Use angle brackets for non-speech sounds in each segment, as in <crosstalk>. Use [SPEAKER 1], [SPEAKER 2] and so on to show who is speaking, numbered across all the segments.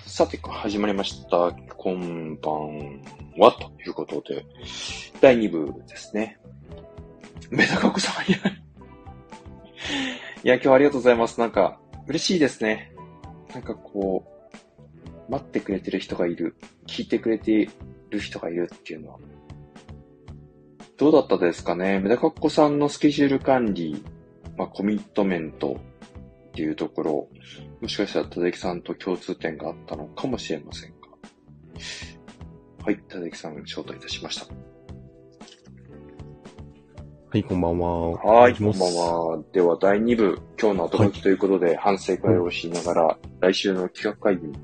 [SPEAKER 1] さて、始まりました。こんばんは、ということで、第2部ですね。メダカ子さん、いや、いや、今日はありがとうございます。なんか、嬉しいですね。なんかこう、待ってくれてる人がいる、聞いてくれてる人がいるっていうのは。どうだったですかねメダカ子さんのスケジュール管理、まあ、コミットメントっていうところ、もしかしたら、ただきさんと共通点があったのかもしれませんが。はい、ただきさん招待いたしました。
[SPEAKER 2] はい、こんばんは。
[SPEAKER 1] はい、
[SPEAKER 2] お
[SPEAKER 1] こ
[SPEAKER 2] 願
[SPEAKER 1] んば
[SPEAKER 2] しま
[SPEAKER 1] ん
[SPEAKER 2] す。
[SPEAKER 1] は。では、第2部、今日の後書きということで、反省会をしながら、来週の企画会議に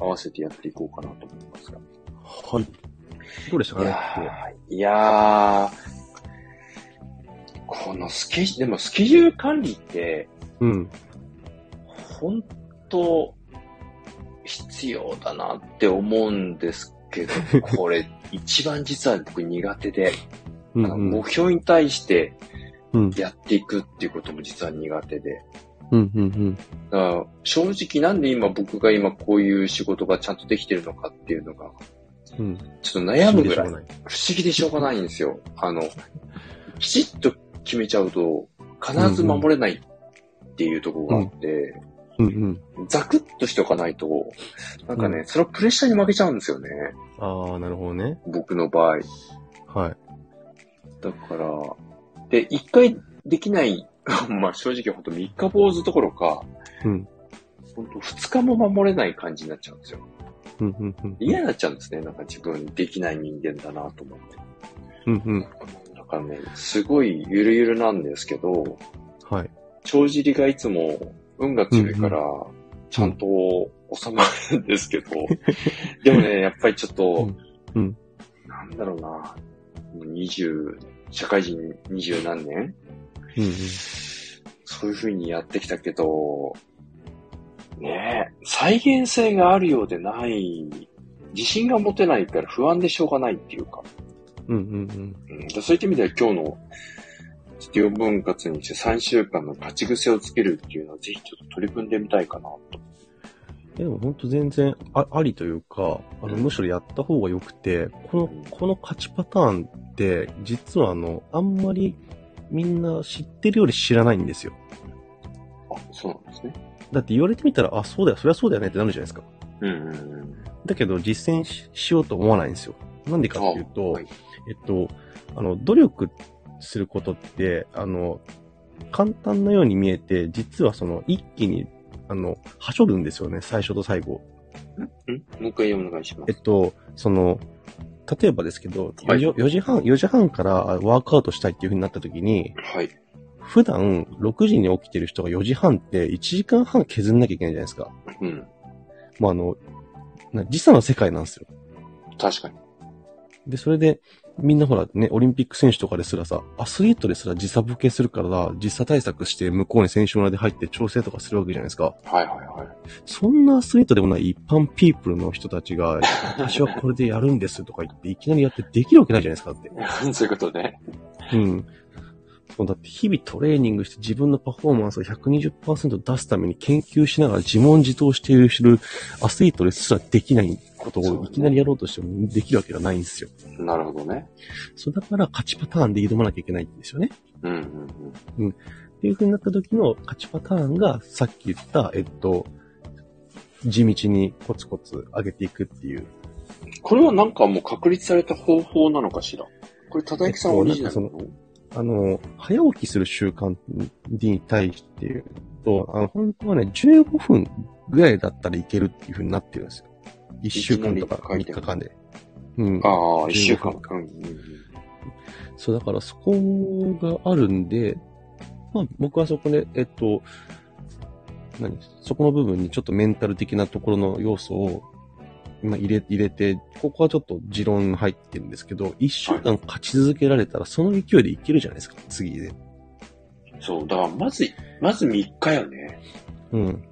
[SPEAKER 1] 合わせてやっていこうかなと思いますが。
[SPEAKER 2] はい。どうでしたか
[SPEAKER 1] い
[SPEAKER 2] ね
[SPEAKER 1] やーいやー、このスケジュ、でもスケジュール管理って、
[SPEAKER 2] うん。
[SPEAKER 1] 本当、必要だなって思うんですけど、これ、一番実は僕苦手で、
[SPEAKER 2] <laughs> うん
[SPEAKER 1] あの
[SPEAKER 2] うん。
[SPEAKER 1] 目標に対して
[SPEAKER 2] うん。
[SPEAKER 1] やっていくっていうことも実は苦手で、
[SPEAKER 2] うん。うん。
[SPEAKER 1] だから正直なんで今僕が今こういう仕事がちゃんとできてるのかっていうのが、
[SPEAKER 2] うん。
[SPEAKER 1] ちょっと悩むぐらい
[SPEAKER 2] しょうがない。
[SPEAKER 1] 不思議でしょうがないんですよ。あの、きちっと決めちゃうと、必ず守れないっていうところがあって、
[SPEAKER 2] うんうん。
[SPEAKER 1] ザクッとしておかないと、なんかね、
[SPEAKER 2] う
[SPEAKER 1] そのプレッシャーに負けちゃうんですよね。
[SPEAKER 2] ああ、なるほどね。
[SPEAKER 1] 僕の場合。
[SPEAKER 2] はい。
[SPEAKER 1] だから、で、一回できない、 <laughs> まあ正直ほんと三日坊主どころか、
[SPEAKER 2] うん。
[SPEAKER 1] ほんと二日も守れない感じになっちゃうんですよ。
[SPEAKER 2] うん。うん。うん。
[SPEAKER 1] 嫌になっちゃうんですね。なんか自分できない人間だなと思って。
[SPEAKER 2] うん。うん。
[SPEAKER 1] だからね、すごいゆるゆるなんですけど、
[SPEAKER 2] はい。
[SPEAKER 1] 帳尻がいつも運が強いから、ちゃんと収まるんですけど、 <laughs> でもね、やっぱりちょっと、
[SPEAKER 2] うんうん
[SPEAKER 1] なんだろうな、もう20、社会人二十何年
[SPEAKER 2] うん。うん
[SPEAKER 1] そういう風にやってきたけど、ねえ、再現性があるようでない、自信が持てないから不安でしょうがないっていうか、
[SPEAKER 2] うん。うん。
[SPEAKER 1] うん、だそういった意味では今日の、必要分割にして3週間の勝ち癖をつけるっていうのはぜひちょっと取り組んでみたいかな。
[SPEAKER 2] でも本当全然あありというか、あの、
[SPEAKER 1] うん
[SPEAKER 2] むしろやった方が良くて、この、この勝ちパターンって、実はあの、あんまりみんな知ってるより知らないんですよ。
[SPEAKER 1] あ、そうなんですね。
[SPEAKER 2] だって言われてみたら、あ、そうだよ、そりゃそうだよねってなるじゃないですか。
[SPEAKER 1] うんうんうん。
[SPEAKER 2] だけど実践ししようと思わないんですよ。なんでかっていうと、
[SPEAKER 1] はい
[SPEAKER 2] えっと、あの、努力することって、あの、簡単なように見えて、実はその、一気に、あの、はしょるんですよね、最初と最後。
[SPEAKER 1] んもう一回お願いしま
[SPEAKER 2] え
[SPEAKER 1] す
[SPEAKER 2] っ。と、その、例えばですけど、
[SPEAKER 1] はい
[SPEAKER 2] 4, 時半、4時半からワークアウトしたいっていう風になった時に、
[SPEAKER 1] はい。
[SPEAKER 2] 普段6時に起きてる人が4時半って1時間半削んなきゃいけないじゃないですか。
[SPEAKER 1] うん。
[SPEAKER 2] まあ、あの、な時差の世界なんですよ。
[SPEAKER 1] 確かに。
[SPEAKER 2] で、それで、みんなほらね、オリンピック選手とかですらさ、アスリートですら時差ボケするから、時差対策して向こうに選手村で入って調整とかするわけじゃないですか。
[SPEAKER 1] はいはいはい。
[SPEAKER 2] そんなアスリートでもない一般ピープルの人たちが、 <laughs> 私はこれでやるんですとか言って、いきなりやってできるわけないじゃないですかって。
[SPEAKER 1] そういう <laughs> ことね。
[SPEAKER 2] うん。そうだって日々トレーニングして自分のパフォーマンスを120%出すために研究しながら自問自答しているアスリートですらできないことをいきなりやろうとしてもできるわけがないんですよ。
[SPEAKER 1] なるほどね。
[SPEAKER 2] そう、だから勝ちパターンで挑まなきゃいけないんですよね。
[SPEAKER 1] うんうん
[SPEAKER 2] っていう風になった時の勝ちパターンが、さっき言った、えっと、地道にコツコツ上げていくっていう。
[SPEAKER 1] うん。これはなんかもう確立された方法なのかしらこれ、たださんオリジナルなの、
[SPEAKER 2] あの、早起きする習慣に対して言うと、あの、本当はね、15分ぐらいだったらいけるっていう風になってるんですよ。1週間とか3日間で。うん。
[SPEAKER 1] ああ、一週間
[SPEAKER 2] 15。
[SPEAKER 1] うんうんうん。
[SPEAKER 2] そう、だからそこがあるんで、まあ僕はそこで、えっと、何そこの部分にちょっとメンタル的なところの要素を、まあ、入れ、入れて、ここはちょっと持論入ってるんですけど、一週間勝ち続けられたら、その勢いでいけるじゃないですか、次で。
[SPEAKER 1] そう、だからまず、まず3日よね。
[SPEAKER 2] うん。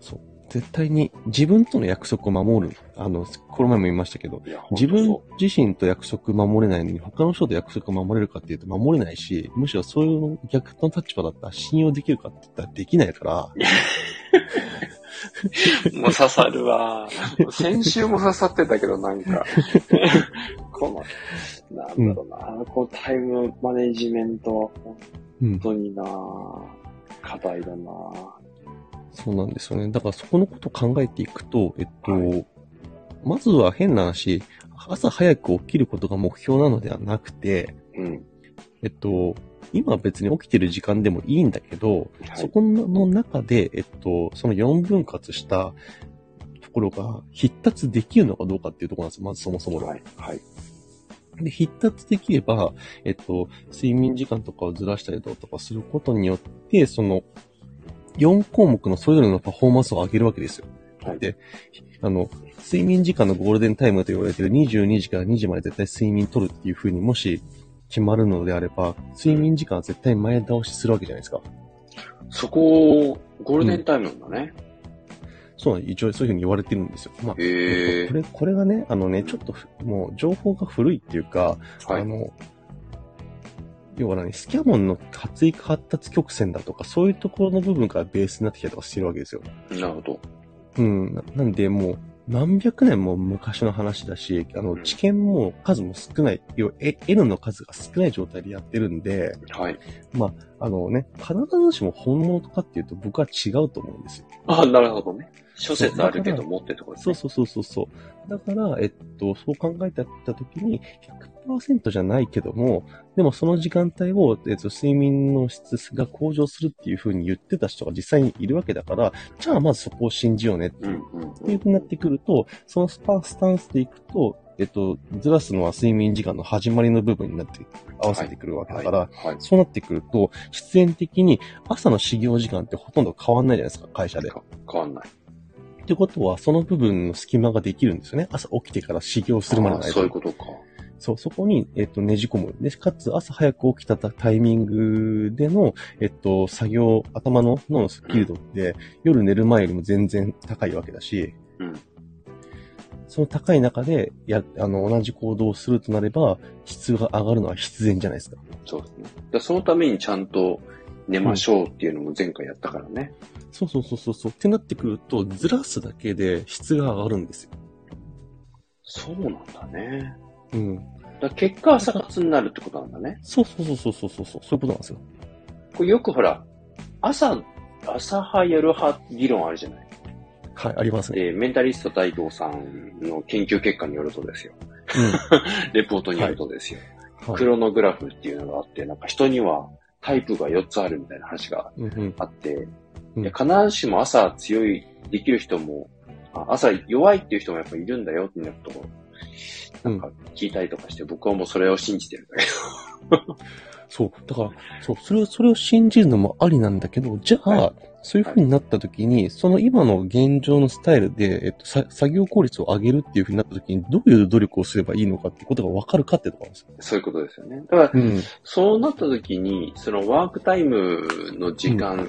[SPEAKER 2] そう。絶対に自分との約束を守る。あの、この前も言いましたけど、
[SPEAKER 1] いや、ほんと
[SPEAKER 2] 自分
[SPEAKER 1] そ
[SPEAKER 2] 自身と約束守れないのに他の人と約束守れるかっていうと守れないし、むしろそういう逆の立場だったら信用できるかって言ったらできないから、
[SPEAKER 1] うもう刺さるわ。 <laughs> 先週も刺さってたけど、なん <laughs> か。この、なんだろうな、こうタイムマネジメント、本
[SPEAKER 2] うん。
[SPEAKER 1] 当にな課題だな
[SPEAKER 2] そうなんですよね。だからそこのことを考えていくと、えっと、
[SPEAKER 1] は
[SPEAKER 2] まずは変な話、朝早く起きることが目標なのではなくて、
[SPEAKER 1] うん。
[SPEAKER 2] えっと、今別に起きてる時間でもいいんだけど、
[SPEAKER 1] は
[SPEAKER 2] そ
[SPEAKER 1] い。
[SPEAKER 2] この中で、えっと、その4分割したところが、必達できるのかどうかっていうところなんですよ、まずそもそもが。
[SPEAKER 1] はい。はい。
[SPEAKER 2] で、必達できれば、えっと、睡眠時間とかをずらしたりだとかすることによって、その、4項目のそれぞれのパフォーマンスを上げるわけですよ。
[SPEAKER 1] はい
[SPEAKER 2] で、あの、睡眠時間のゴールデンタイムと言われている22時から2時まで絶対睡眠取るっていう風にもし決まるのであれば、睡眠時間は絶対前倒しするわけじゃないですか。
[SPEAKER 1] そこを、ゴールデンタイムなんだね。
[SPEAKER 2] そうなん一応そういう風に言われてるんですよ。まあ、
[SPEAKER 1] へー
[SPEAKER 2] えっとこれ、これがね、あのね、ちょっとふ、もう情報が古いっていう
[SPEAKER 1] は
[SPEAKER 2] か、あ
[SPEAKER 1] い。
[SPEAKER 2] の、要は何、スキャモンの発育発達曲線だとか、そういうところの部分からベースになってきたりとかしてるわけですよ。
[SPEAKER 1] なるほど。
[SPEAKER 2] うん。ななんで、もう、何百年も昔の話だし、あ
[SPEAKER 1] う
[SPEAKER 2] の、
[SPEAKER 1] ん
[SPEAKER 2] 知見も数も少ない、要はえ N の数が少ない状態でやってるんで、
[SPEAKER 1] はい。
[SPEAKER 2] あのね、必ずしも本物とかっていうと僕は違うと思うんですよ。
[SPEAKER 1] あ、なるほどね。諸説あるけどもってとこです
[SPEAKER 2] そう
[SPEAKER 1] ね。
[SPEAKER 2] そうそうそうそう。だから、えっと、そう考えてやった時に、100%じゃないけども、でもその時間帯を、えっと、睡眠の質が向上するっていう風に言ってた人が実際にいるわけだから、じゃあまずそこを信じようねって
[SPEAKER 1] う
[SPEAKER 2] い
[SPEAKER 1] ん
[SPEAKER 2] う、
[SPEAKER 1] うん
[SPEAKER 2] っていう風になってくると、そのスパスタンスでいくと、えっと、ずらすのは睡眠時間の始まりの部分になって、合わせてくるわけだ
[SPEAKER 1] はい。
[SPEAKER 2] から、
[SPEAKER 1] はい。
[SPEAKER 2] そうなってくると、必然的に朝の始業時間ってほとんど変わんないじゃないですか、会社で。
[SPEAKER 1] か変わんない。
[SPEAKER 2] ってことは、その部分の隙間ができるんですよね。朝起きてから修行するまでの
[SPEAKER 1] あー
[SPEAKER 2] 間。
[SPEAKER 1] そういうことか。
[SPEAKER 2] そう、そこに、えっと、ねじ込む。で、かつ、朝早く起きたタイミングでの、えっと、作業、頭の脳のスッキリ度って、夜寝る前よりも全然高いわけだし、
[SPEAKER 1] うん
[SPEAKER 2] その高い中で、や、あの、同じ行動をするとなれば、質が上がるのは必然じゃないですか。
[SPEAKER 1] そうですね。だからそのためにちゃんと寝ましょうっていうのも前回やったからね。
[SPEAKER 2] そうそうそうそうそう。ってなってくると、ずらすだけで質が上がるんですよ。
[SPEAKER 1] そうなんだね。
[SPEAKER 2] うん。
[SPEAKER 1] だから結果朝活になるってことなんだね。
[SPEAKER 2] そうそうそうそうそうそう、そういうことなんですよ。
[SPEAKER 1] これよくほら、朝、朝派、夜派議論あるじゃない。
[SPEAKER 2] はい、ありますね。
[SPEAKER 1] で、メンタリスト大道さんの研究結果によるとですよ。
[SPEAKER 2] うん。
[SPEAKER 1] レポートによるとですよ。
[SPEAKER 2] はい
[SPEAKER 1] クロノグラフっていうのがあって、なんか人にはタイプが4つあるみたいな話が
[SPEAKER 2] うんうん
[SPEAKER 1] あって、
[SPEAKER 2] う
[SPEAKER 1] い
[SPEAKER 2] ん
[SPEAKER 1] や必ずしも朝強い、できる人も、あ朝弱いっていう人もやっぱいるんだよっていうことを、なんか聞いたりとかして、僕はもうそれを信じてるんだけ
[SPEAKER 2] そう。だから、そう、それを、それを信じるのもありなんだけど、じゃあ、
[SPEAKER 1] は
[SPEAKER 2] そういう風になった時に、その今の現状のスタイルで、えっと、さ作業効率を上げるっていう風になった時に、どういう努力をすればいいのかってことがわかるかってところなんですよ。
[SPEAKER 1] ど、そういうことですよね。だから、
[SPEAKER 2] うん。
[SPEAKER 1] そうなった時に、そのワークタイムの時間、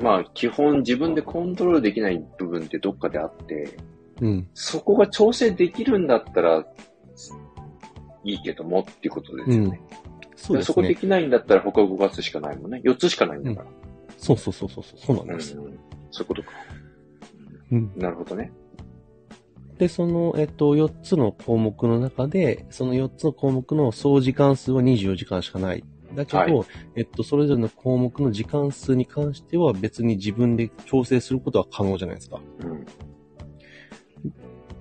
[SPEAKER 1] まあ基本自分でコントロールできない部分ってどっかであって、
[SPEAKER 2] うん。
[SPEAKER 1] そこが調整できるんだったら、いいけどもっていうことですよね。
[SPEAKER 2] うんそうで
[SPEAKER 1] そ
[SPEAKER 2] す
[SPEAKER 1] こで
[SPEAKER 2] ね。
[SPEAKER 1] きないんだったら他動かすしかないもんね。4つしかないんだから。
[SPEAKER 2] そうそうそうそうそう、そうなん
[SPEAKER 1] うん
[SPEAKER 2] です。
[SPEAKER 1] そういうことか。
[SPEAKER 2] うん。
[SPEAKER 1] なるほどね。
[SPEAKER 2] で、その、えっと、4つの項目の中で、その4つの項目の総時間数は24時間しかない。だけど、
[SPEAKER 1] はい
[SPEAKER 2] えっと、それぞれの項目の時間数に関しては別に自分で調整することは可能じゃないですか。
[SPEAKER 1] うん。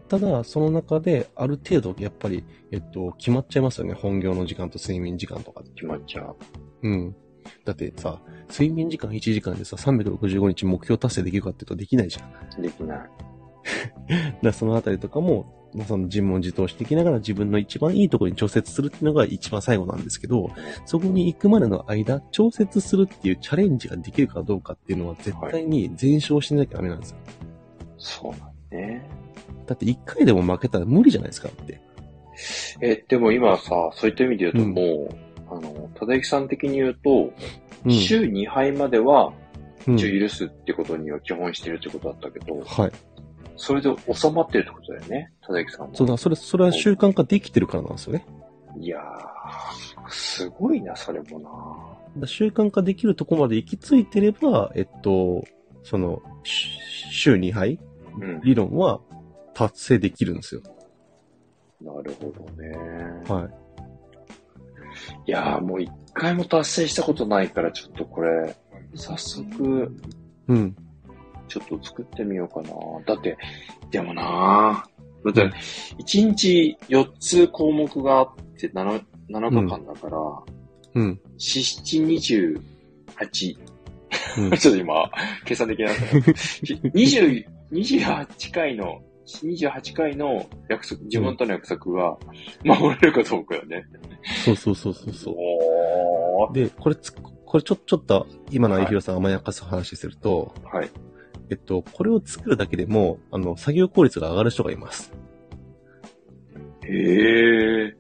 [SPEAKER 2] ただ、その中で、ある程度、やっぱり、えっと、決まっちゃいますよね。本業の時間と睡眠時間とか。
[SPEAKER 1] 決まっちゃう。
[SPEAKER 2] うん。だってさ、睡眠時間1時間でさ、365日目標達成できるかっていうとできないじゃん。
[SPEAKER 1] できない。
[SPEAKER 2] だからそのあたりとかも、まあ、その自問自答していきながら自分の一番いいところに調節するっていうのが一番最後なんですけど、そこに行くまでの間、調節するっていうチャレンジができるかどうかっていうのは絶対に全勝しなきゃダメなんですよ。
[SPEAKER 1] そうなんね。
[SPEAKER 2] だって一回でも負けたら無理じゃないですかって。
[SPEAKER 1] え、でも今さ、そういった意味で言うと
[SPEAKER 2] うん
[SPEAKER 1] もう、あの、ただゆきさん的に言うと、
[SPEAKER 2] うん
[SPEAKER 1] 週2杯までは、
[SPEAKER 2] うん
[SPEAKER 1] 一応許すってことには基本してるってことだったけど、
[SPEAKER 2] はい。
[SPEAKER 1] それで収まってるってことだよね、ただゆきさんも。
[SPEAKER 2] そうだ、それ、それは習慣化できてるからなんですよね。
[SPEAKER 1] いやー、すごいな、それもな。
[SPEAKER 2] だから習慣化できるとこまで行き着いてれば、えっと、その、し週2杯
[SPEAKER 1] うん。
[SPEAKER 2] 理論は達成できるんですよ。
[SPEAKER 1] なるほどね。
[SPEAKER 2] はい。
[SPEAKER 1] いやーもう一回も達成したことないから、ちょっとこれ、早速、
[SPEAKER 2] うん。
[SPEAKER 1] ちょっと作ってみようかな。だって、でもなーだって、1日4つ項目があって7、7日間だから、
[SPEAKER 2] うん。
[SPEAKER 1] 4、7、28。
[SPEAKER 2] う
[SPEAKER 1] <laughs>
[SPEAKER 2] ん
[SPEAKER 1] ちょっと今、計算できなかった。20 28回の、28回の約束、自分との約束が守れるかどうかよね。
[SPEAKER 2] そうそうそうそうそう。
[SPEAKER 1] おー
[SPEAKER 2] で、これつ、これちょ、ちょっと、今のあゆひろさん甘やかす話すると、
[SPEAKER 1] はい。
[SPEAKER 2] えっと、これを作るだけでも、あの、作業効率が上がる人がいます。
[SPEAKER 1] へえ。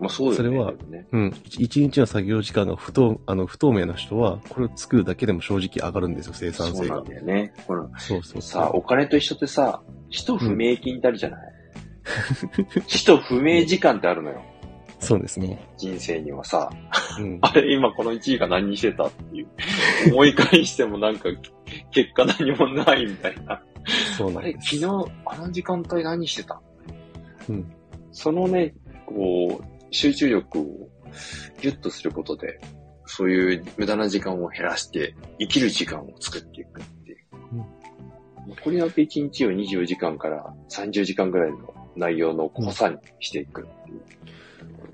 [SPEAKER 1] まあそうだよね。
[SPEAKER 2] それは
[SPEAKER 1] でもね
[SPEAKER 2] うん。一一日の作業時間が不透、あの、不透明な人は、これを作るだけでも正直上がるんですよ、生産
[SPEAKER 1] そう
[SPEAKER 2] 性
[SPEAKER 1] な
[SPEAKER 2] が
[SPEAKER 1] ん。だよね。ほら、
[SPEAKER 2] そうそう
[SPEAKER 1] さあ、
[SPEAKER 2] そ
[SPEAKER 1] お金と一緒ってさ、人不明金ってあるじゃない、人不明時間ってあるのよ。
[SPEAKER 2] う。そうです <laughs> ね。
[SPEAKER 1] 人生にはさ、
[SPEAKER 2] うん。
[SPEAKER 1] <laughs> あれ、今この1位が何してたっていう。思い返してもなんか、結果何もないみたいな。
[SPEAKER 2] そうな
[SPEAKER 1] あ
[SPEAKER 2] ん
[SPEAKER 1] れ、
[SPEAKER 2] で
[SPEAKER 1] 昨
[SPEAKER 2] す。
[SPEAKER 1] 日、あの時間帯何してた
[SPEAKER 2] うん。
[SPEAKER 1] そのね、こう、集中力をギュッとすることで、そういう無駄な時間を減らして、生きる時間を作っていくっていう。残りの1日を24時間から30時間ぐらいの内容の濃さにしていくっていう。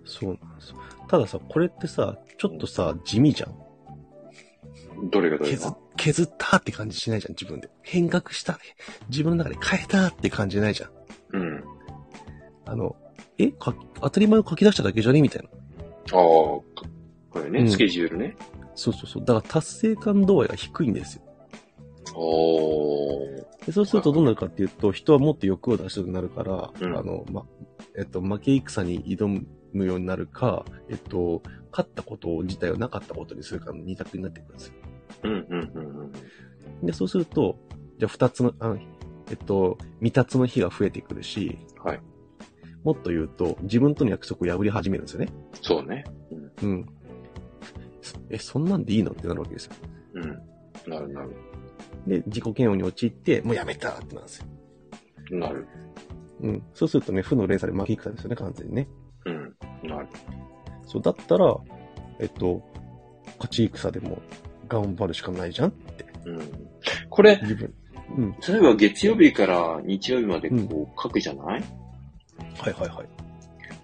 [SPEAKER 2] そうなんですよ。たださ、これってさ、ちょっとさ、地味じゃん。
[SPEAKER 1] どれがどれ
[SPEAKER 2] 削
[SPEAKER 1] が、
[SPEAKER 2] 削ったって感じしないじゃん、自分で。変革したね。自分の中で変えたって感じないじゃん。
[SPEAKER 1] うん。
[SPEAKER 2] あの、えか当たり前を書き出しただけじゃねみたいな。
[SPEAKER 1] ああ、これね、
[SPEAKER 2] うん
[SPEAKER 1] スケジュールね。
[SPEAKER 2] そうそうそう。だから達成感度合いが低いんですよ。
[SPEAKER 1] おー。
[SPEAKER 2] でそうするとどうなるかっていうと、人はもっと欲を出したくなるから、
[SPEAKER 1] うん
[SPEAKER 2] あの、ま、えっと、負け戦に挑むようになるか、えっと、勝ったこと自体をなかったことにするかの二択になってくるんですよ。
[SPEAKER 1] うんうんうんうん。
[SPEAKER 2] で、そうすると、じゃあ二つの、あのえっと、三つの日が増えてくるし、
[SPEAKER 1] はい。
[SPEAKER 2] もっと言うと、自分との約束を破り始めるんですよね。
[SPEAKER 1] そうね。
[SPEAKER 2] うん。え、そんなんでいいのってなるわけですよ。
[SPEAKER 1] うん。なるなる。
[SPEAKER 2] で、自己嫌悪に陥って、もうやめたってなるんですよ。
[SPEAKER 1] なる。
[SPEAKER 2] うん。そうするとね、負の連鎖で負け戦ですよね、完全にね。
[SPEAKER 1] うん。なる。
[SPEAKER 2] そう、だったら、えっと、勝ち戦でも頑張るしかないじゃんって。
[SPEAKER 1] うん。これ、
[SPEAKER 2] 自分。うん。
[SPEAKER 1] 例えば月曜日から日曜日までこう書くじゃない、
[SPEAKER 2] はいはいはい。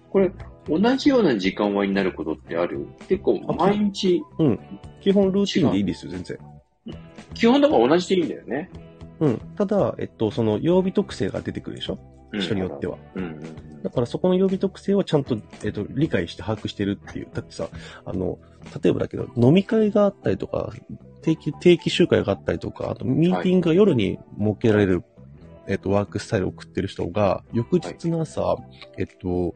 [SPEAKER 1] これ、同じような時間割になることってある結構
[SPEAKER 2] あ
[SPEAKER 1] 毎日、
[SPEAKER 2] 基本ルーティンでいいですよ、全然。
[SPEAKER 1] 基本だから同じでいいんだよね。
[SPEAKER 2] うん。ただ、えっと、その曜日特性が出てくるでしょ
[SPEAKER 1] うん
[SPEAKER 2] 人によっては。
[SPEAKER 1] うんうん
[SPEAKER 2] だからそこの曜日特性をちゃんと、えっと、理解して把握してるっていう。だってさ、あの、例えばだけど、飲み会があったりとか、定期、定期集会があったりとか、あとミーティングが夜に設けられる、えっと、ワークスタイルを送ってる人が、翌日の朝、えっと、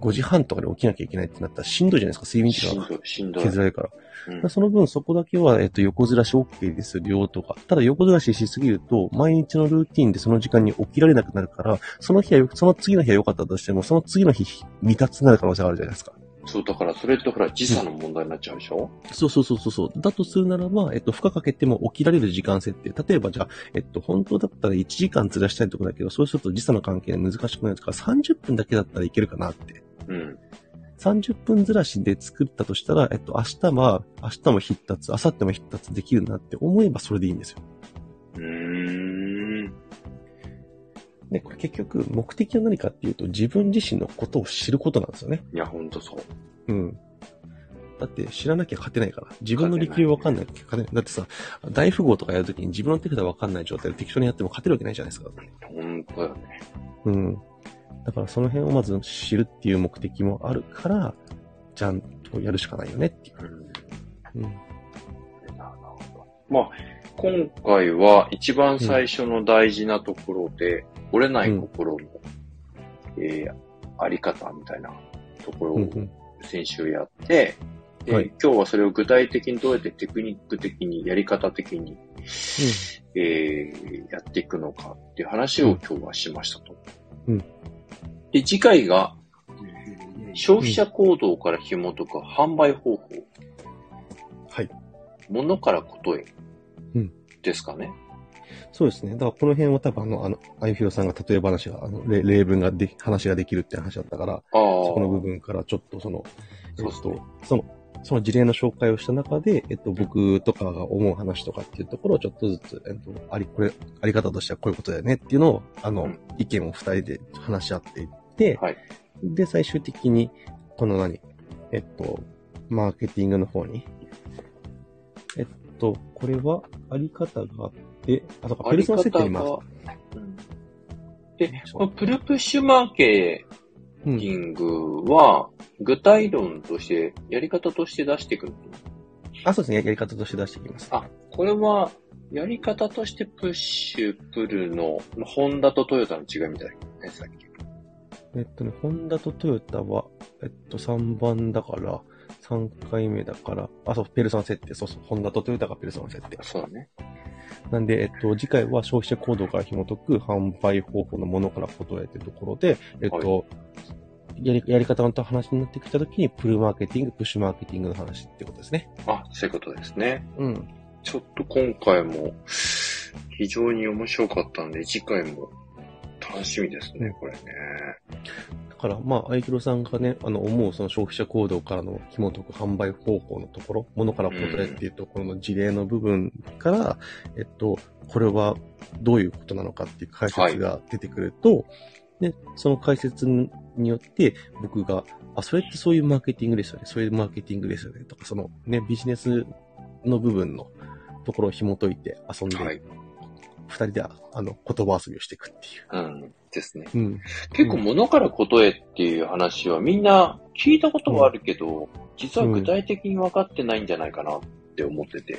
[SPEAKER 2] 5時半とかに起きなきゃいけないってなったらしんどいじゃないですか、睡
[SPEAKER 1] うん。
[SPEAKER 2] 眠時
[SPEAKER 1] しん
[SPEAKER 2] 間が
[SPEAKER 1] どい、しんどい。
[SPEAKER 2] 削られるから。
[SPEAKER 1] うん
[SPEAKER 2] だからその分そこだけは、えっと、横ずらし OK ですよとか、ただ横ずらししすぎると、毎日のルーティンでその時間に起きられなくなるから、その日はよ、その次の日は良かったとしても、その次の日、未達になる可能性があるじゃないですか。
[SPEAKER 1] そう、だからそれってほら時差の問題になっちゃうでしょ、
[SPEAKER 2] そうそうそうそうそう。だとするならば、えっと、負荷かけても起きられる時間設定。例えばじゃあ、えっと、本当だったら1時間ずらしたいとこだけど、そうすると時差の関係で難しくなるから、30分だけだったらいけるかなって。
[SPEAKER 1] うん。
[SPEAKER 2] 30分ずらしで作ったとしたら、えっと、明日は、明日も必達、明後日も必達できるなって思えばそれでいいんですよ。
[SPEAKER 1] うーん。
[SPEAKER 2] で、これ結局、目的は何かっていうと、自分自身のことを知ることなんですよね。
[SPEAKER 1] いや、ほんとそう。
[SPEAKER 2] うん。だって、知らなきゃ勝てないから。自分の力量わかんない。勝てない。だってさ、大富豪とかやるときに自分の手札わかんない状態で適当にやっても勝てるわけないじゃないですか。
[SPEAKER 1] ほんとだよね。
[SPEAKER 2] うん。だから、その辺をまず知るっていう目的もあるから、ちゃんとやるしかないよねってい
[SPEAKER 1] うん。
[SPEAKER 2] う。うん。
[SPEAKER 1] なるほど。まあ、今回は一番最初の大事なところで、折れない心の、えーあり方みたいなところ
[SPEAKER 2] うん
[SPEAKER 1] を
[SPEAKER 2] うん。
[SPEAKER 1] 先週やって、で
[SPEAKER 2] はい
[SPEAKER 1] 今日はそれを具体的にどうやってテクニック的に、やり方的に、えーやっていくのかっていう話を今日はしましたと。
[SPEAKER 2] うん
[SPEAKER 1] で、次回が、消費者行動から紐解く販売方法。
[SPEAKER 2] はい。
[SPEAKER 1] 物からことへ。
[SPEAKER 2] うん
[SPEAKER 1] ですかね。
[SPEAKER 2] そうですね。だからこの辺は多分あの、あの、あゆひろさんが例え話が、あの、例例文ができ、話ができるって話だったから、
[SPEAKER 1] ああ。
[SPEAKER 2] そ
[SPEAKER 1] そ
[SPEAKER 2] この部分からちょっとその、え
[SPEAKER 1] そう
[SPEAKER 2] っ
[SPEAKER 1] です
[SPEAKER 2] と
[SPEAKER 1] ね、
[SPEAKER 2] その、その事例の紹介をした中で、えっと、僕とかが思う話とかっていうところをちょっとずつ、えっと、あり、これ、あり方としてはこういうことだよねっていうのを、あの、
[SPEAKER 1] うん
[SPEAKER 2] 意見を二人で話し合っていって、
[SPEAKER 1] はい
[SPEAKER 2] で、最終的に、この何、えっと、マーケティングの方に、えっと、これは、あり方があって、あ、そうか、ペルソナ設定に回す。
[SPEAKER 1] うんで、
[SPEAKER 2] そう
[SPEAKER 1] このプルプッシュマーケ
[SPEAKER 2] う
[SPEAKER 1] テ
[SPEAKER 2] ん
[SPEAKER 1] ィングは、具体論として、やり方として出していくの
[SPEAKER 2] あ、そうですね、やり方として出していきます。
[SPEAKER 1] あ、これは、やり方としてプッシュ、プルの、ホンダとトヨタの違いみたいなね、さっき。
[SPEAKER 2] えっとね、ホンダとトヨタは、えっと、3番だから、3回目だから、あ、そう、ペルソナ設定、そうそう、ホンダとトヨタがペルソナ設定。
[SPEAKER 1] そうだね。
[SPEAKER 2] なんで、えっと、次回は消費者行動から紐解く販売方法のものから答えてところで、えっと、やり、やり方の話になってきたときに、プルマーケティング、プッシュマーケティングの話ってことですね。
[SPEAKER 1] あ、そういうことですね。
[SPEAKER 2] うん。
[SPEAKER 1] ちょっと今回も、非常に面白かったんで、次回も楽しみですね、これね。
[SPEAKER 2] だから、まあ、あゆきろさんがね、あの、思うその消費者行動からの紐解く販売方法のところ、ものから答えっていうところの事例の部分から、えっと、これはどういうことなのかっていう解説が出てくると、で、その解説によって、僕が、あ、それってそういうマーケティングですよね、そういうマーケティングですよね、とか、そのね、ビジネスの部分のところを紐解いて遊んで、
[SPEAKER 1] はい。
[SPEAKER 2] 二人で、あの、言葉遊びをしていくってい
[SPEAKER 1] うん。ですね。
[SPEAKER 2] う。うん。
[SPEAKER 1] 結構物からことへっていう話はみんな聞いたことはあるけど、実は具体的に分かってないんじゃないかなって思ってて。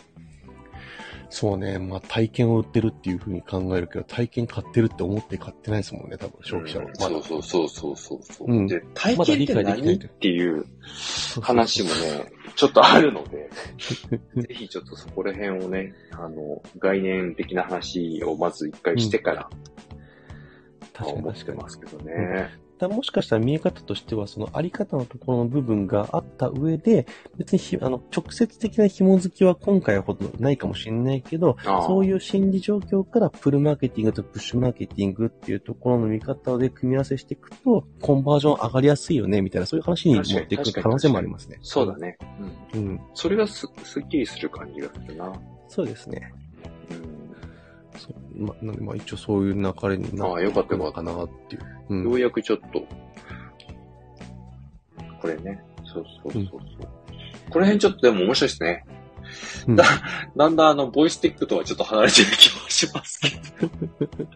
[SPEAKER 2] そうね。まあ、体験を売ってるっていうふうに考えるけど、体験買ってるって思って買ってないですもんね、多分、消費者は。まだ
[SPEAKER 1] うんそうそうそうそうそう、
[SPEAKER 2] うん
[SPEAKER 1] で、体
[SPEAKER 2] まだ
[SPEAKER 1] 験
[SPEAKER 2] 理
[SPEAKER 1] って
[SPEAKER 2] 解できな
[SPEAKER 1] 何
[SPEAKER 2] い
[SPEAKER 1] っていう
[SPEAKER 2] そうそう
[SPEAKER 1] 話もね、ちょっとあるので、
[SPEAKER 2] <laughs>
[SPEAKER 1] ぜひちょっとそこら辺をね、あの、概念的な話をまず一回してから、
[SPEAKER 2] 確かに
[SPEAKER 1] 思っ
[SPEAKER 2] 確
[SPEAKER 1] て
[SPEAKER 2] かに。
[SPEAKER 1] ますけどね。
[SPEAKER 2] だもしかしたら見え方としては、そのあり方のところの部分があった上で、別にひあの直接的な紐づきは今回ほどないかもしれないけど、
[SPEAKER 1] ああ
[SPEAKER 2] そういう心理状況からプルマーケティングとプッシュマーケティングっていうところの見方で組み合わせしていくと、コンバージョン上がりやすいよね、みたいな、そういう話に持っていく
[SPEAKER 1] 確かに
[SPEAKER 2] 可能性もありますね。
[SPEAKER 1] そうだね。うん。
[SPEAKER 2] うん。
[SPEAKER 1] それがす、すっきりする感じがするな。
[SPEAKER 2] そうですね。
[SPEAKER 1] うん。
[SPEAKER 2] そうま、なんで、まあ一応そういう流れにな
[SPEAKER 1] ああよかったよか
[SPEAKER 2] の
[SPEAKER 1] った
[SPEAKER 2] かなっていう。う。
[SPEAKER 1] ようんやくちょっと、これね。そうそうそうそう。この辺ちょっとでも面白いですね。
[SPEAKER 2] うん
[SPEAKER 1] だだんだんあの、ボイスティックとはちょっと離れてる気もしますけ
[SPEAKER 2] <laughs>
[SPEAKER 1] ど。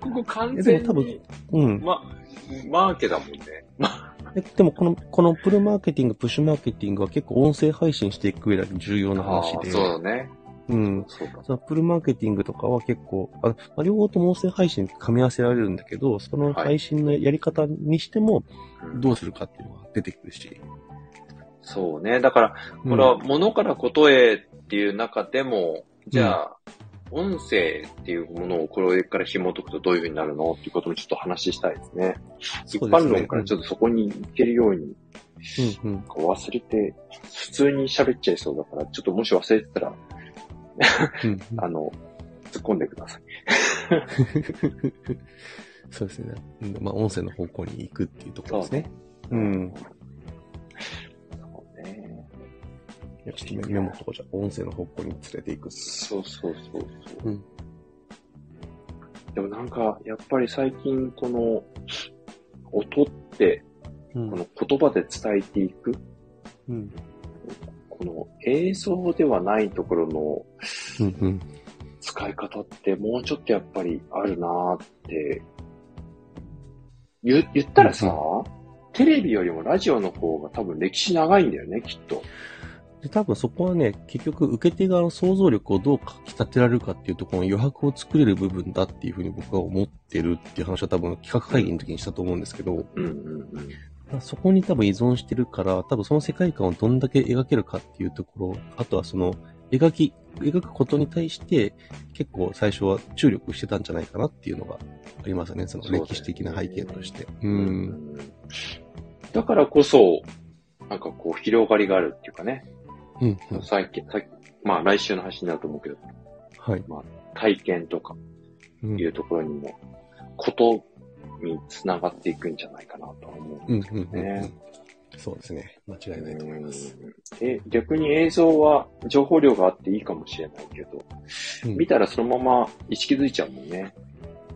[SPEAKER 1] ここ完
[SPEAKER 2] えで
[SPEAKER 1] 全
[SPEAKER 2] も多
[SPEAKER 1] に
[SPEAKER 2] 分、、うん。
[SPEAKER 1] ま、マーケだもんね。
[SPEAKER 2] えでもこの、このプルマーケティング、プッシュマーケティングは結構音声配信していく上で重要な話
[SPEAKER 1] あー
[SPEAKER 2] で。
[SPEAKER 1] そうだね。
[SPEAKER 2] うん。
[SPEAKER 1] そうだ。
[SPEAKER 2] そのプルマーケティングとかは結構、あのまあ、両方とも音声配信噛み合わせられるんだけど、その
[SPEAKER 1] はい
[SPEAKER 2] 配信のやり方にしても
[SPEAKER 1] うん
[SPEAKER 2] どうするかっていうのが出てくるし。
[SPEAKER 1] そうね。だから、
[SPEAKER 2] うん
[SPEAKER 1] これは物からことへっていう中でも、じゃあ、音声っていうものをこれから紐解くとどういう風になるのっていうこともちょっと話したいですね。一
[SPEAKER 2] そうですね
[SPEAKER 1] 般論からちょっとそこに行けるように、
[SPEAKER 2] うんうん。
[SPEAKER 1] こう忘れて、普通に喋っちゃいそうだから、ちょっともし忘れてたら、
[SPEAKER 2] うんうん
[SPEAKER 1] あの、突っ込んでください。
[SPEAKER 2] そうですね。うんまあ音声の方向に行くっていうところですね。うん。
[SPEAKER 1] そうね。
[SPEAKER 2] いやちょっとメモとかじゃあ音声の方向に連れていくっす。
[SPEAKER 1] そうそうそうそう。
[SPEAKER 2] うん
[SPEAKER 1] でもなんか、やっぱり最近この、音って、
[SPEAKER 2] う
[SPEAKER 1] この言葉で伝えていく、
[SPEAKER 2] うん。
[SPEAKER 1] この映像ではないところ
[SPEAKER 2] うんうん。
[SPEAKER 1] の使い方ってもうちょっとやっぱりあるなーって。言言ったらさ、テレビよりもラジオの方が多分歴史長いんだよね、きっと。
[SPEAKER 2] で、多分そこはね、結局受け手側の想像力をどうかき立てられるかっていうところの余白を作れる部分だっていうふうに僕は思ってるっていう話は多分企画会議の時にしたと思うんですけど、
[SPEAKER 1] うんうんうん。
[SPEAKER 2] そこに多分依存してるから、多分その世界観をどんだけ描けるかっていうところ、あとはその描き、描くことに対して結構最初は注力してたんじゃないかなっていうのがありますよね、その歴史的な背景として。ううん。
[SPEAKER 1] だからこそ、なんかこう広がりがあるっていうかね、
[SPEAKER 2] うん。
[SPEAKER 1] さっき、さっき、まあ来週の話になると思うけど、
[SPEAKER 2] はい。
[SPEAKER 1] 体験とか
[SPEAKER 2] うん
[SPEAKER 1] いうところにも、ことにつながっていくんじゃないかなとは思
[SPEAKER 2] う
[SPEAKER 1] うんんです
[SPEAKER 2] う
[SPEAKER 1] け
[SPEAKER 2] ん
[SPEAKER 1] ど
[SPEAKER 2] うんう
[SPEAKER 1] ね
[SPEAKER 2] ん。。そうですね。間違いないと思います。
[SPEAKER 1] うんえ逆に映像は情報量があっていいかもしれないけど、
[SPEAKER 2] うん
[SPEAKER 1] 見たらそのまま意識づいちゃうもんね。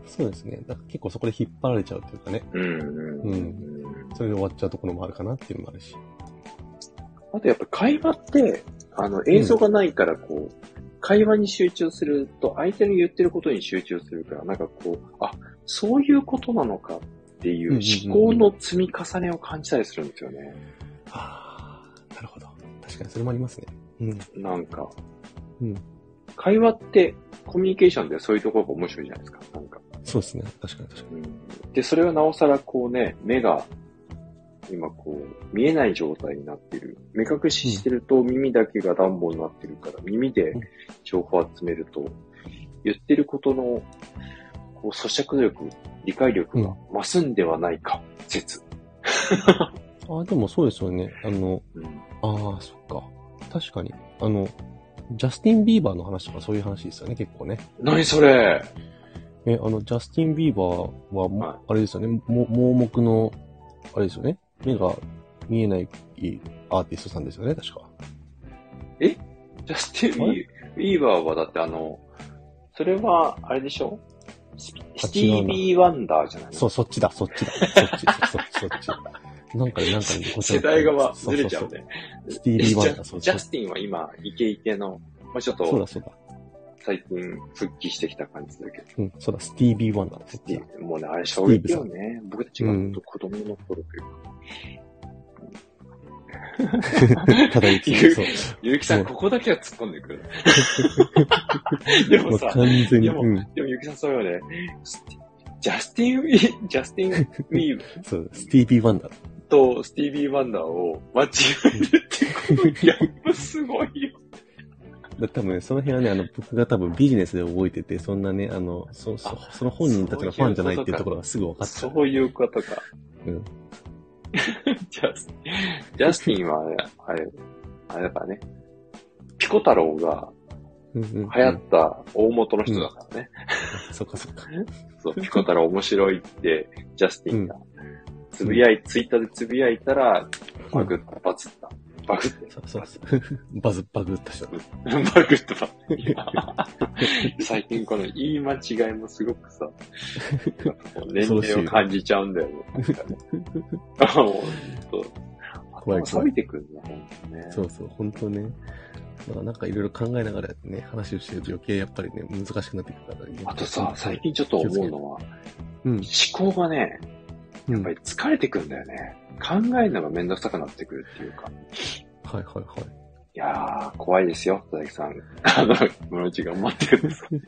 [SPEAKER 2] そうですね。だから結構そこで引っ張られちゃうというかね。
[SPEAKER 1] うんうんうんうん
[SPEAKER 2] それで終わっちゃうところもあるかなっていうのもあるし。
[SPEAKER 1] あとやっぱ会話って、あの映像がないからこう、会話に集中すると相手の言ってることに集中するから、なんかこう、あ、そういうことなのかってい
[SPEAKER 2] ん
[SPEAKER 1] う
[SPEAKER 2] うんうん
[SPEAKER 1] 思考の積み重ねを感じたりするんですよね。
[SPEAKER 2] ああ、なるほど。確かにそれもありますね。うん。
[SPEAKER 1] なんか。
[SPEAKER 2] うん
[SPEAKER 1] 会話ってコミュニケーションでそういうところが面白いじゃないですか。なんか。
[SPEAKER 2] そうですね。確かに確か
[SPEAKER 1] うんで、それはなおさらこうね、目が、今こう、見えない状態になってる。目隠ししてると耳だけが暖房になってるから、耳で
[SPEAKER 2] うん
[SPEAKER 1] 情報を集めると、言ってることの、こう、咀嚼力、理解力が増すんではないか、説。
[SPEAKER 2] に。ああ、でもそうですよね。あの、
[SPEAKER 1] うん
[SPEAKER 2] ああ、そっか。確かに。あの、ジャスティン・ビーバーの話とかそういう話ですよね、結構ね。
[SPEAKER 1] 何それ
[SPEAKER 2] え、あの、ジャスティン・ビーバーはも、
[SPEAKER 1] はい
[SPEAKER 2] あれですよね、も盲目の、あれですよね、目が見えないアーティストさんですよね、確か。
[SPEAKER 1] ジャスティン・ビービーバーはだってあの、それは、あれでしょスピスティービー・ワンダーじゃないの
[SPEAKER 2] そう、そっちだ、そっちだ、そっち、そそそっち。なんかね、なんかね、こっち
[SPEAKER 1] 世代がま
[SPEAKER 2] そ
[SPEAKER 1] ずれちゃうね。。
[SPEAKER 2] そうそうスティービー・ワン
[SPEAKER 1] ジ
[SPEAKER 2] ダ
[SPEAKER 1] ャ
[SPEAKER 2] ー、そう
[SPEAKER 1] ジ
[SPEAKER 2] そ
[SPEAKER 1] ャ
[SPEAKER 2] う。
[SPEAKER 1] スティンは今、イケイケの、まあ、ちょっ
[SPEAKER 2] そう
[SPEAKER 1] と
[SPEAKER 2] だ、そうだ。
[SPEAKER 1] 最近復帰してきた感じだけど、
[SPEAKER 2] うん、そうだ、スティービー・ワンダーだ、そっちだ。
[SPEAKER 1] もうね、あれ衝撃よね。僕たちが本当子供の頃というか、
[SPEAKER 2] ただ一応、そう。
[SPEAKER 1] ゆうきさん、
[SPEAKER 2] そう
[SPEAKER 1] ここだけは突っ込んでくる。で <laughs>
[SPEAKER 2] も
[SPEAKER 1] も
[SPEAKER 2] う
[SPEAKER 1] さ、
[SPEAKER 2] 完全に、
[SPEAKER 1] でも
[SPEAKER 2] うん、
[SPEAKER 1] でもゆうきさん、そうよね。スティジャスティン・ウィジャスティン・ウィー
[SPEAKER 2] そう、スティービー・ワンダー。
[SPEAKER 1] とスティービー・ワンダーを間違えるって
[SPEAKER 2] <laughs>
[SPEAKER 1] いうギャップすごいよ。
[SPEAKER 2] だ多分ね、その辺はね、あの、僕が多分ビジネスで覚えてて、そんなね、あの、そ、そ、その本人たちのファンじゃないっていうところがすぐ分かっちゃ。
[SPEAKER 1] そうういうことか。
[SPEAKER 2] うん。
[SPEAKER 1] <laughs> ジャスジャスティンはあれ、あれ、あれだからね。ピコ太郎が
[SPEAKER 2] うんうんうん
[SPEAKER 1] 流行った大元の人だからね。
[SPEAKER 2] そっかそっか。
[SPEAKER 1] そう、ピコ太郎面白いって、ジャスティンが、つぶやい、ツイッターでつぶやいたら、バグった、バズった。バグって、
[SPEAKER 2] そうそうそう。バズ、バグった
[SPEAKER 1] <laughs>
[SPEAKER 2] 人。
[SPEAKER 1] バグった、
[SPEAKER 2] <laughs>
[SPEAKER 1] バグった。最近この言い間違いもすごくさ、なんかこう年齢を感じちゃうんだよね。なんかねあもう、ほんと。
[SPEAKER 2] 怖い
[SPEAKER 1] 頭錆びてくるね、ほんとね。
[SPEAKER 2] そうそう、本当ね。まあなんかいろいろ考えながらね、話をしてると余計やっぱりね、難しくなってくるからね。
[SPEAKER 1] あとさ、最近ちょっと思うのは、
[SPEAKER 2] うん。
[SPEAKER 1] 思考がね、
[SPEAKER 2] うん。
[SPEAKER 1] やっぱ
[SPEAKER 2] はい
[SPEAKER 1] り疲れてくんだよね。考えるのがめんどくさくなってくるっていうか。
[SPEAKER 2] はいはい。
[SPEAKER 1] いやー、怖いですよ、佐々木さん。あの、室内頑張ってください。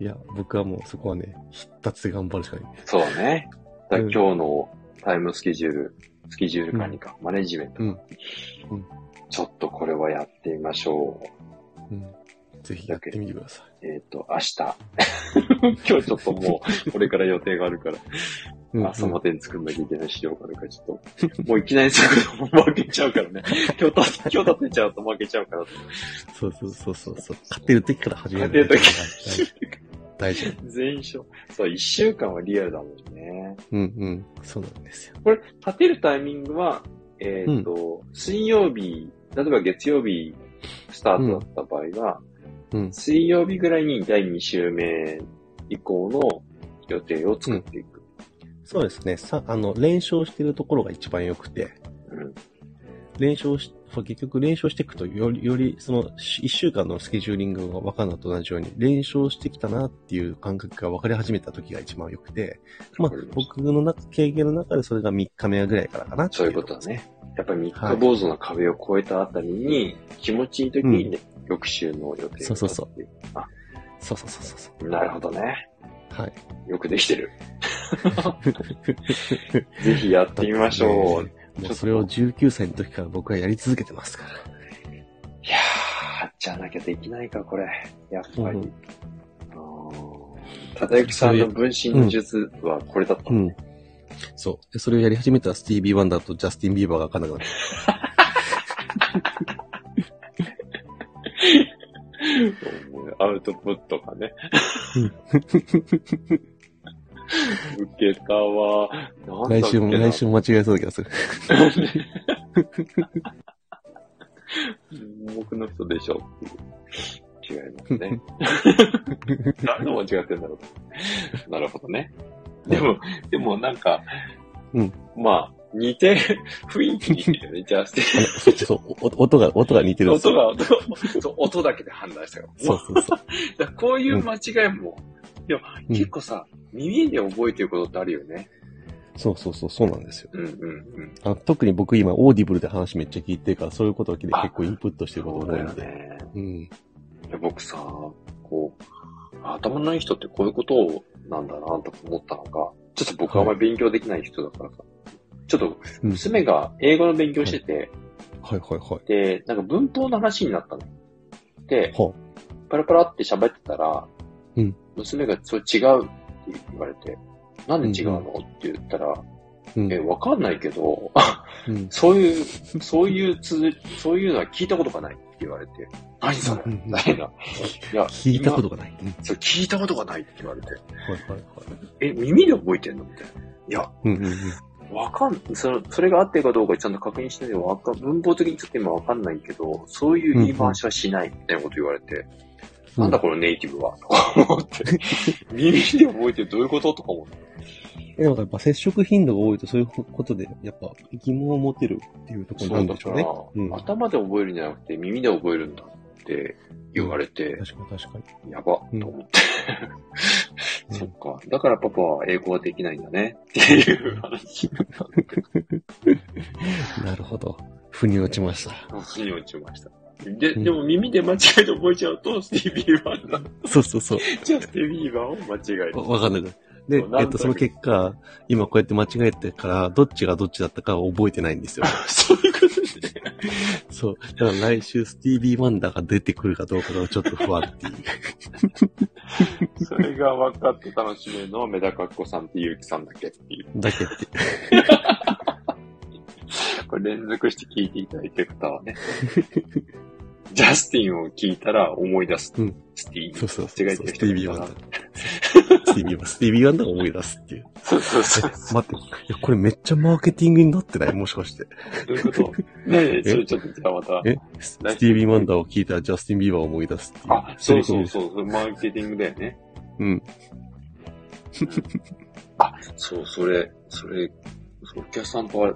[SPEAKER 2] いや、僕はもうそこはね、必達で頑張るしかない。
[SPEAKER 1] そうね。だから
[SPEAKER 2] うん
[SPEAKER 1] 今日のタイムスケジュール、スケジュール管理か、マネジメント、
[SPEAKER 2] うんうん
[SPEAKER 1] ちょっとこれはやってみましょう。
[SPEAKER 2] うん。ぜひやってみてくださ
[SPEAKER 1] えっ、と、明日。 <laughs> 今日ちょっともう、これから予定があるから、
[SPEAKER 2] い。うん。
[SPEAKER 1] 朝までに作んなきゃいけない資料があるから、ちょっと、もういきなり作るのも負けちゃう
[SPEAKER 2] <laughs>
[SPEAKER 1] からね。今日立て、今日立てちゃうと負けちゃうから。
[SPEAKER 2] そうそうそうそうそう。勝てる時から始める。
[SPEAKER 1] <laughs> 勝てる
[SPEAKER 2] 大事。大事。
[SPEAKER 1] 全勝。そう、一週間はリアルだもんね。
[SPEAKER 2] うんうん。そうなんですよ。
[SPEAKER 1] これ、立てるタイミングは、えっ、と、水曜日、例えば月曜日スタートだった場合は、
[SPEAKER 2] うん。
[SPEAKER 1] 水曜日ぐらいに第2週目以降の予定を作っていく。
[SPEAKER 2] そうですね。さ、あの、連勝してるところが一番良くて、
[SPEAKER 1] うん。
[SPEAKER 2] 連勝し、結局連勝していくと、より、より、その、し一週間のスケジューリングが分かるのと同じように、連勝してきたなっていう感覚が分かり始めた時が一番良くて、ま
[SPEAKER 1] わ
[SPEAKER 2] あ
[SPEAKER 1] かり、まし
[SPEAKER 2] 僕の中、経験の中でそれが3日目ぐらいからかなって
[SPEAKER 1] そういうことだ。ね。やっぱり三日坊主の壁を越えたあたりに、気持ちいい時にね、翌週の予定を立てて
[SPEAKER 2] そうそうそそうそうそうそうそう。
[SPEAKER 1] なるほどね。
[SPEAKER 2] はい。
[SPEAKER 1] よくできて
[SPEAKER 2] <laughs>
[SPEAKER 1] る。 <laughs> ぜひやってみましょう。
[SPEAKER 2] もうそれを19歳の時から僕はやり続けてますから。
[SPEAKER 1] いやー、じゃなきゃできないか、これ。やっぱり。
[SPEAKER 2] うん
[SPEAKER 1] あーただゆきさんの分身の術はこれだった
[SPEAKER 2] う
[SPEAKER 1] の。
[SPEAKER 2] ん。そう。で、それをやり始めたらスティービー・ワンダーとジャスティン・ビーバーが分かんなくなった。
[SPEAKER 1] 思うよアウトプットがね。受けたわ。なんだっけ
[SPEAKER 2] 来週も、
[SPEAKER 1] な
[SPEAKER 2] 来週も間違えそうだけどする。
[SPEAKER 1] 僕の人でしょっていう。違いますね。誰の間違ってんだろう。なるほどね。でも、でもなんか、
[SPEAKER 2] うん
[SPEAKER 1] まあ、似てる、雰囲気似てるね。じゃあ、して、
[SPEAKER 2] あのそうそう、お音が、音が似てるんです
[SPEAKER 1] 音
[SPEAKER 2] よ。
[SPEAKER 1] が、音がそう音だけで判断したよ。
[SPEAKER 2] そうそうそう。
[SPEAKER 1] だからこういう間違いも、でも
[SPEAKER 2] うん
[SPEAKER 1] 結構さ、耳で覚えてることってあるよね。
[SPEAKER 2] そうそうそう、そうなんですよ。
[SPEAKER 1] うんうんうん。
[SPEAKER 2] あの特に僕今、オーディブルで話めっちゃ聞いてるから、そういうことを聞いて結構インプットしてるこ
[SPEAKER 1] そう
[SPEAKER 2] とが多
[SPEAKER 1] だ
[SPEAKER 2] い
[SPEAKER 1] よ
[SPEAKER 2] ので。
[SPEAKER 1] ね。
[SPEAKER 2] うん。
[SPEAKER 1] いや僕さ、こう、頭のいい人ってこういうことなんだなと思ったのが、ちょっと僕はあんまり勉強できない人だからさ、ちょっと
[SPEAKER 2] うん
[SPEAKER 1] 娘が英語の勉強してて、
[SPEAKER 2] はいはいはい。
[SPEAKER 1] で、なんか文法の話になったの。で、
[SPEAKER 2] は
[SPEAKER 1] パラパラって喋ってたら、
[SPEAKER 2] うん
[SPEAKER 1] 娘がそれ違うって言われて、なんで違うの、って言ったら、
[SPEAKER 2] うん
[SPEAKER 1] え、。わかんないけど、
[SPEAKER 2] うん
[SPEAKER 1] そういう、そういうつづ、そういうのは聞いたことがないって言われて、何それ
[SPEAKER 2] うんうん
[SPEAKER 1] みたいな。いや、
[SPEAKER 2] 聞いたこととがない。うん
[SPEAKER 1] そう聞いたことがないって言われて、
[SPEAKER 2] はいはいはい。
[SPEAKER 1] え、耳で覚えてんのみたいな。いや、
[SPEAKER 2] うんうんうん。
[SPEAKER 1] わかん、それ、それが合ってるかどうかちゃんと確認してないでわかん、文法的にちょっと今わかんないけど、そういう言い回しはしないみたいなこと言われて、なんだこのネイティブはとか思
[SPEAKER 2] <laughs>
[SPEAKER 1] って、耳で覚えてどういうこととか思って。
[SPEAKER 2] え、なんかやっぱ接触頻度が多いとそういうことで、やっぱ疑問を持てるっていうところなんでしょうね。うん
[SPEAKER 1] 頭で覚えるんじゃなくて耳で覚えるんだって言われて、
[SPEAKER 2] 確かに確かに。
[SPEAKER 1] やば、と
[SPEAKER 2] うん
[SPEAKER 1] 思って。
[SPEAKER 2] うん
[SPEAKER 1] そっか。だからパパは英語はできないんだね。っていう話。
[SPEAKER 2] なるほど。腑に落ちました。
[SPEAKER 1] 腑に落ちました。で、
[SPEAKER 2] うん
[SPEAKER 1] でも耳で間違えて覚えちゃうと、スティービーバーになっ
[SPEAKER 2] そうそうそう。
[SPEAKER 1] ちゃう。スティービーバーを間違え
[SPEAKER 2] わ
[SPEAKER 1] て。
[SPEAKER 2] わかんない。で
[SPEAKER 1] そうなんとな、く
[SPEAKER 2] えっと、その結果、今こうやって間違えてから、どっちがどっちだったかを覚えてないんですよ。
[SPEAKER 1] <laughs> そういうことで、ね。
[SPEAKER 2] そう。だから来週、スティービー・ワンダーが出てくるかどうかがちょっと不安っていう。
[SPEAKER 1] それが分かって楽しめるのはメダカッコさんってゆうきさんだけっていう。
[SPEAKER 2] だけって。
[SPEAKER 1] これ連続して聞いていただいてる方はね。 <laughs> ジャスティンを聞いたら思い出す。
[SPEAKER 2] うん
[SPEAKER 1] スティービ
[SPEAKER 2] そ
[SPEAKER 1] ー。
[SPEAKER 2] うそうそう。
[SPEAKER 1] 間違えてる人
[SPEAKER 2] スティービー・ワンダー。スティービー・ワンダー。スティービー・ワンダーが思い出すっていう。
[SPEAKER 1] そうそう
[SPEAKER 2] え
[SPEAKER 1] そう。
[SPEAKER 2] 待って、いや、これめっちゃマーケティングになってないもしかして。
[SPEAKER 1] <laughs> どういうことねえねえ、それちょっとじゃあまた。
[SPEAKER 2] えススティービー・ワンダーを聞いたらジャスティン・ビーバーを思い出すっていう。
[SPEAKER 1] あ、そう
[SPEAKER 2] い
[SPEAKER 1] そう
[SPEAKER 2] こと
[SPEAKER 1] そう、マーケティングだよね。
[SPEAKER 2] うん。
[SPEAKER 1] あ、そう、それ、それ、そうお客さんとあれ、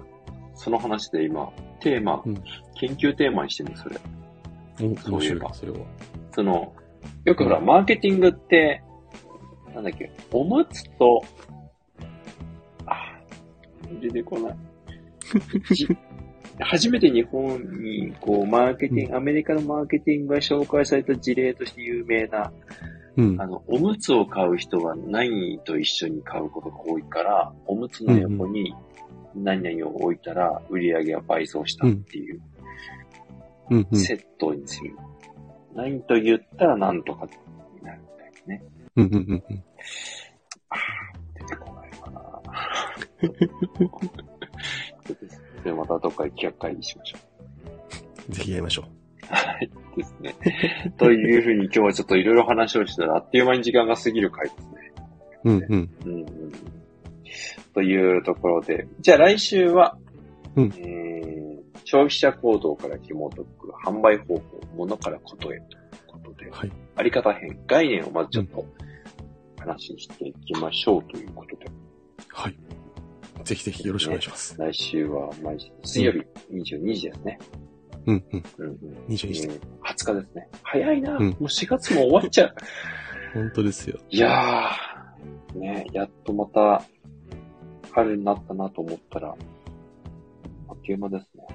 [SPEAKER 1] その話で今、テーマ、
[SPEAKER 2] うん
[SPEAKER 1] 研究テーマにしてるの、それ。
[SPEAKER 2] です。うん面
[SPEAKER 1] そういえ
[SPEAKER 2] 白い
[SPEAKER 1] ば
[SPEAKER 2] な、それは。
[SPEAKER 1] その、よくほら、
[SPEAKER 2] うん
[SPEAKER 1] マーケティングって、なんだっけ、おむつと、あ、出てこ <laughs> ない。じ初めて日本に、こう、マーケティング、アメリカのマーケティングが紹介された事例として有名な、
[SPEAKER 2] うん
[SPEAKER 1] あ。の、おむつを買う人は何と一緒に買うことが多いから、おむつの横に何々を置いたら売り上げは倍増したっていう
[SPEAKER 2] うん、うん。
[SPEAKER 1] セットにする。何と言ったら何とかになるみたいなね。
[SPEAKER 2] うん、うん、うんうん。
[SPEAKER 1] 出てこないかな。ちょっとですねまたどっかで企画会議しましょ
[SPEAKER 2] ぜひやりましょう。
[SPEAKER 1] う。ですね。 <laughs> というふうに今日はちょっといろいろ話をしたらあっという間に時間が過ぎる回ですね。
[SPEAKER 2] うん、うん。
[SPEAKER 1] うんうんというところで、じゃあ来週は、
[SPEAKER 2] うん
[SPEAKER 1] えー消費者行動から紐解く販売方法、物からことへということで、
[SPEAKER 2] はい
[SPEAKER 1] あり方編、概念をまずちょっと話していきましょうということで、
[SPEAKER 2] はい。ぜひぜひよろしくお願いします。
[SPEAKER 1] 来週は毎週水曜日22時ですね。
[SPEAKER 2] うん、うん。
[SPEAKER 1] うんうんえ
[SPEAKER 2] 21歳。
[SPEAKER 1] ー20日ですね。早いな、
[SPEAKER 2] うん
[SPEAKER 1] もう4月も終わっち <laughs> ゃう。
[SPEAKER 2] 本当ですよ。
[SPEAKER 1] いやー、ね、やっとまた、春になったなと思ったら、あっという間ですね。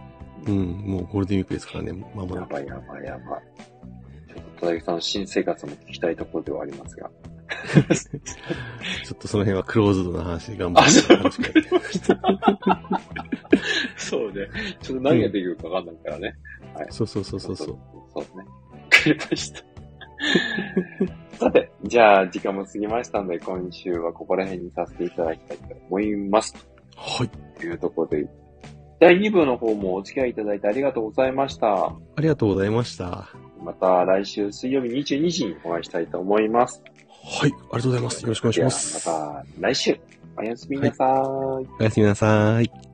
[SPEAKER 2] うん、もうゴールデンウィークですからね、まも
[SPEAKER 1] や
[SPEAKER 2] なく。
[SPEAKER 1] ばいやばいやばい。ちょっと、戸田さんの新生活も聞きたいところではありますが。
[SPEAKER 2] ちょっとその辺はクローズドな話で頑張って楽しくやって。
[SPEAKER 1] そうね。ちょっと何ができるかわかんないからね。
[SPEAKER 2] そうそうそうそうそう。。
[SPEAKER 1] そうね。わかりました。 <laughs> さて、じゃあ、時間も過ぎましたので、今週はここら辺にさせていただきたいと思います。
[SPEAKER 2] はい。
[SPEAKER 1] というところで、第2部の方もお付き合いいただいてありがとうございました。
[SPEAKER 2] ありがとうございました。
[SPEAKER 1] ままた来週水曜日22時にお会いしたいと思います。
[SPEAKER 2] はい、ありがとうございます。よろしくお願いします。
[SPEAKER 1] ではまた来週。おやすみなさーい。
[SPEAKER 2] おやすみなさい。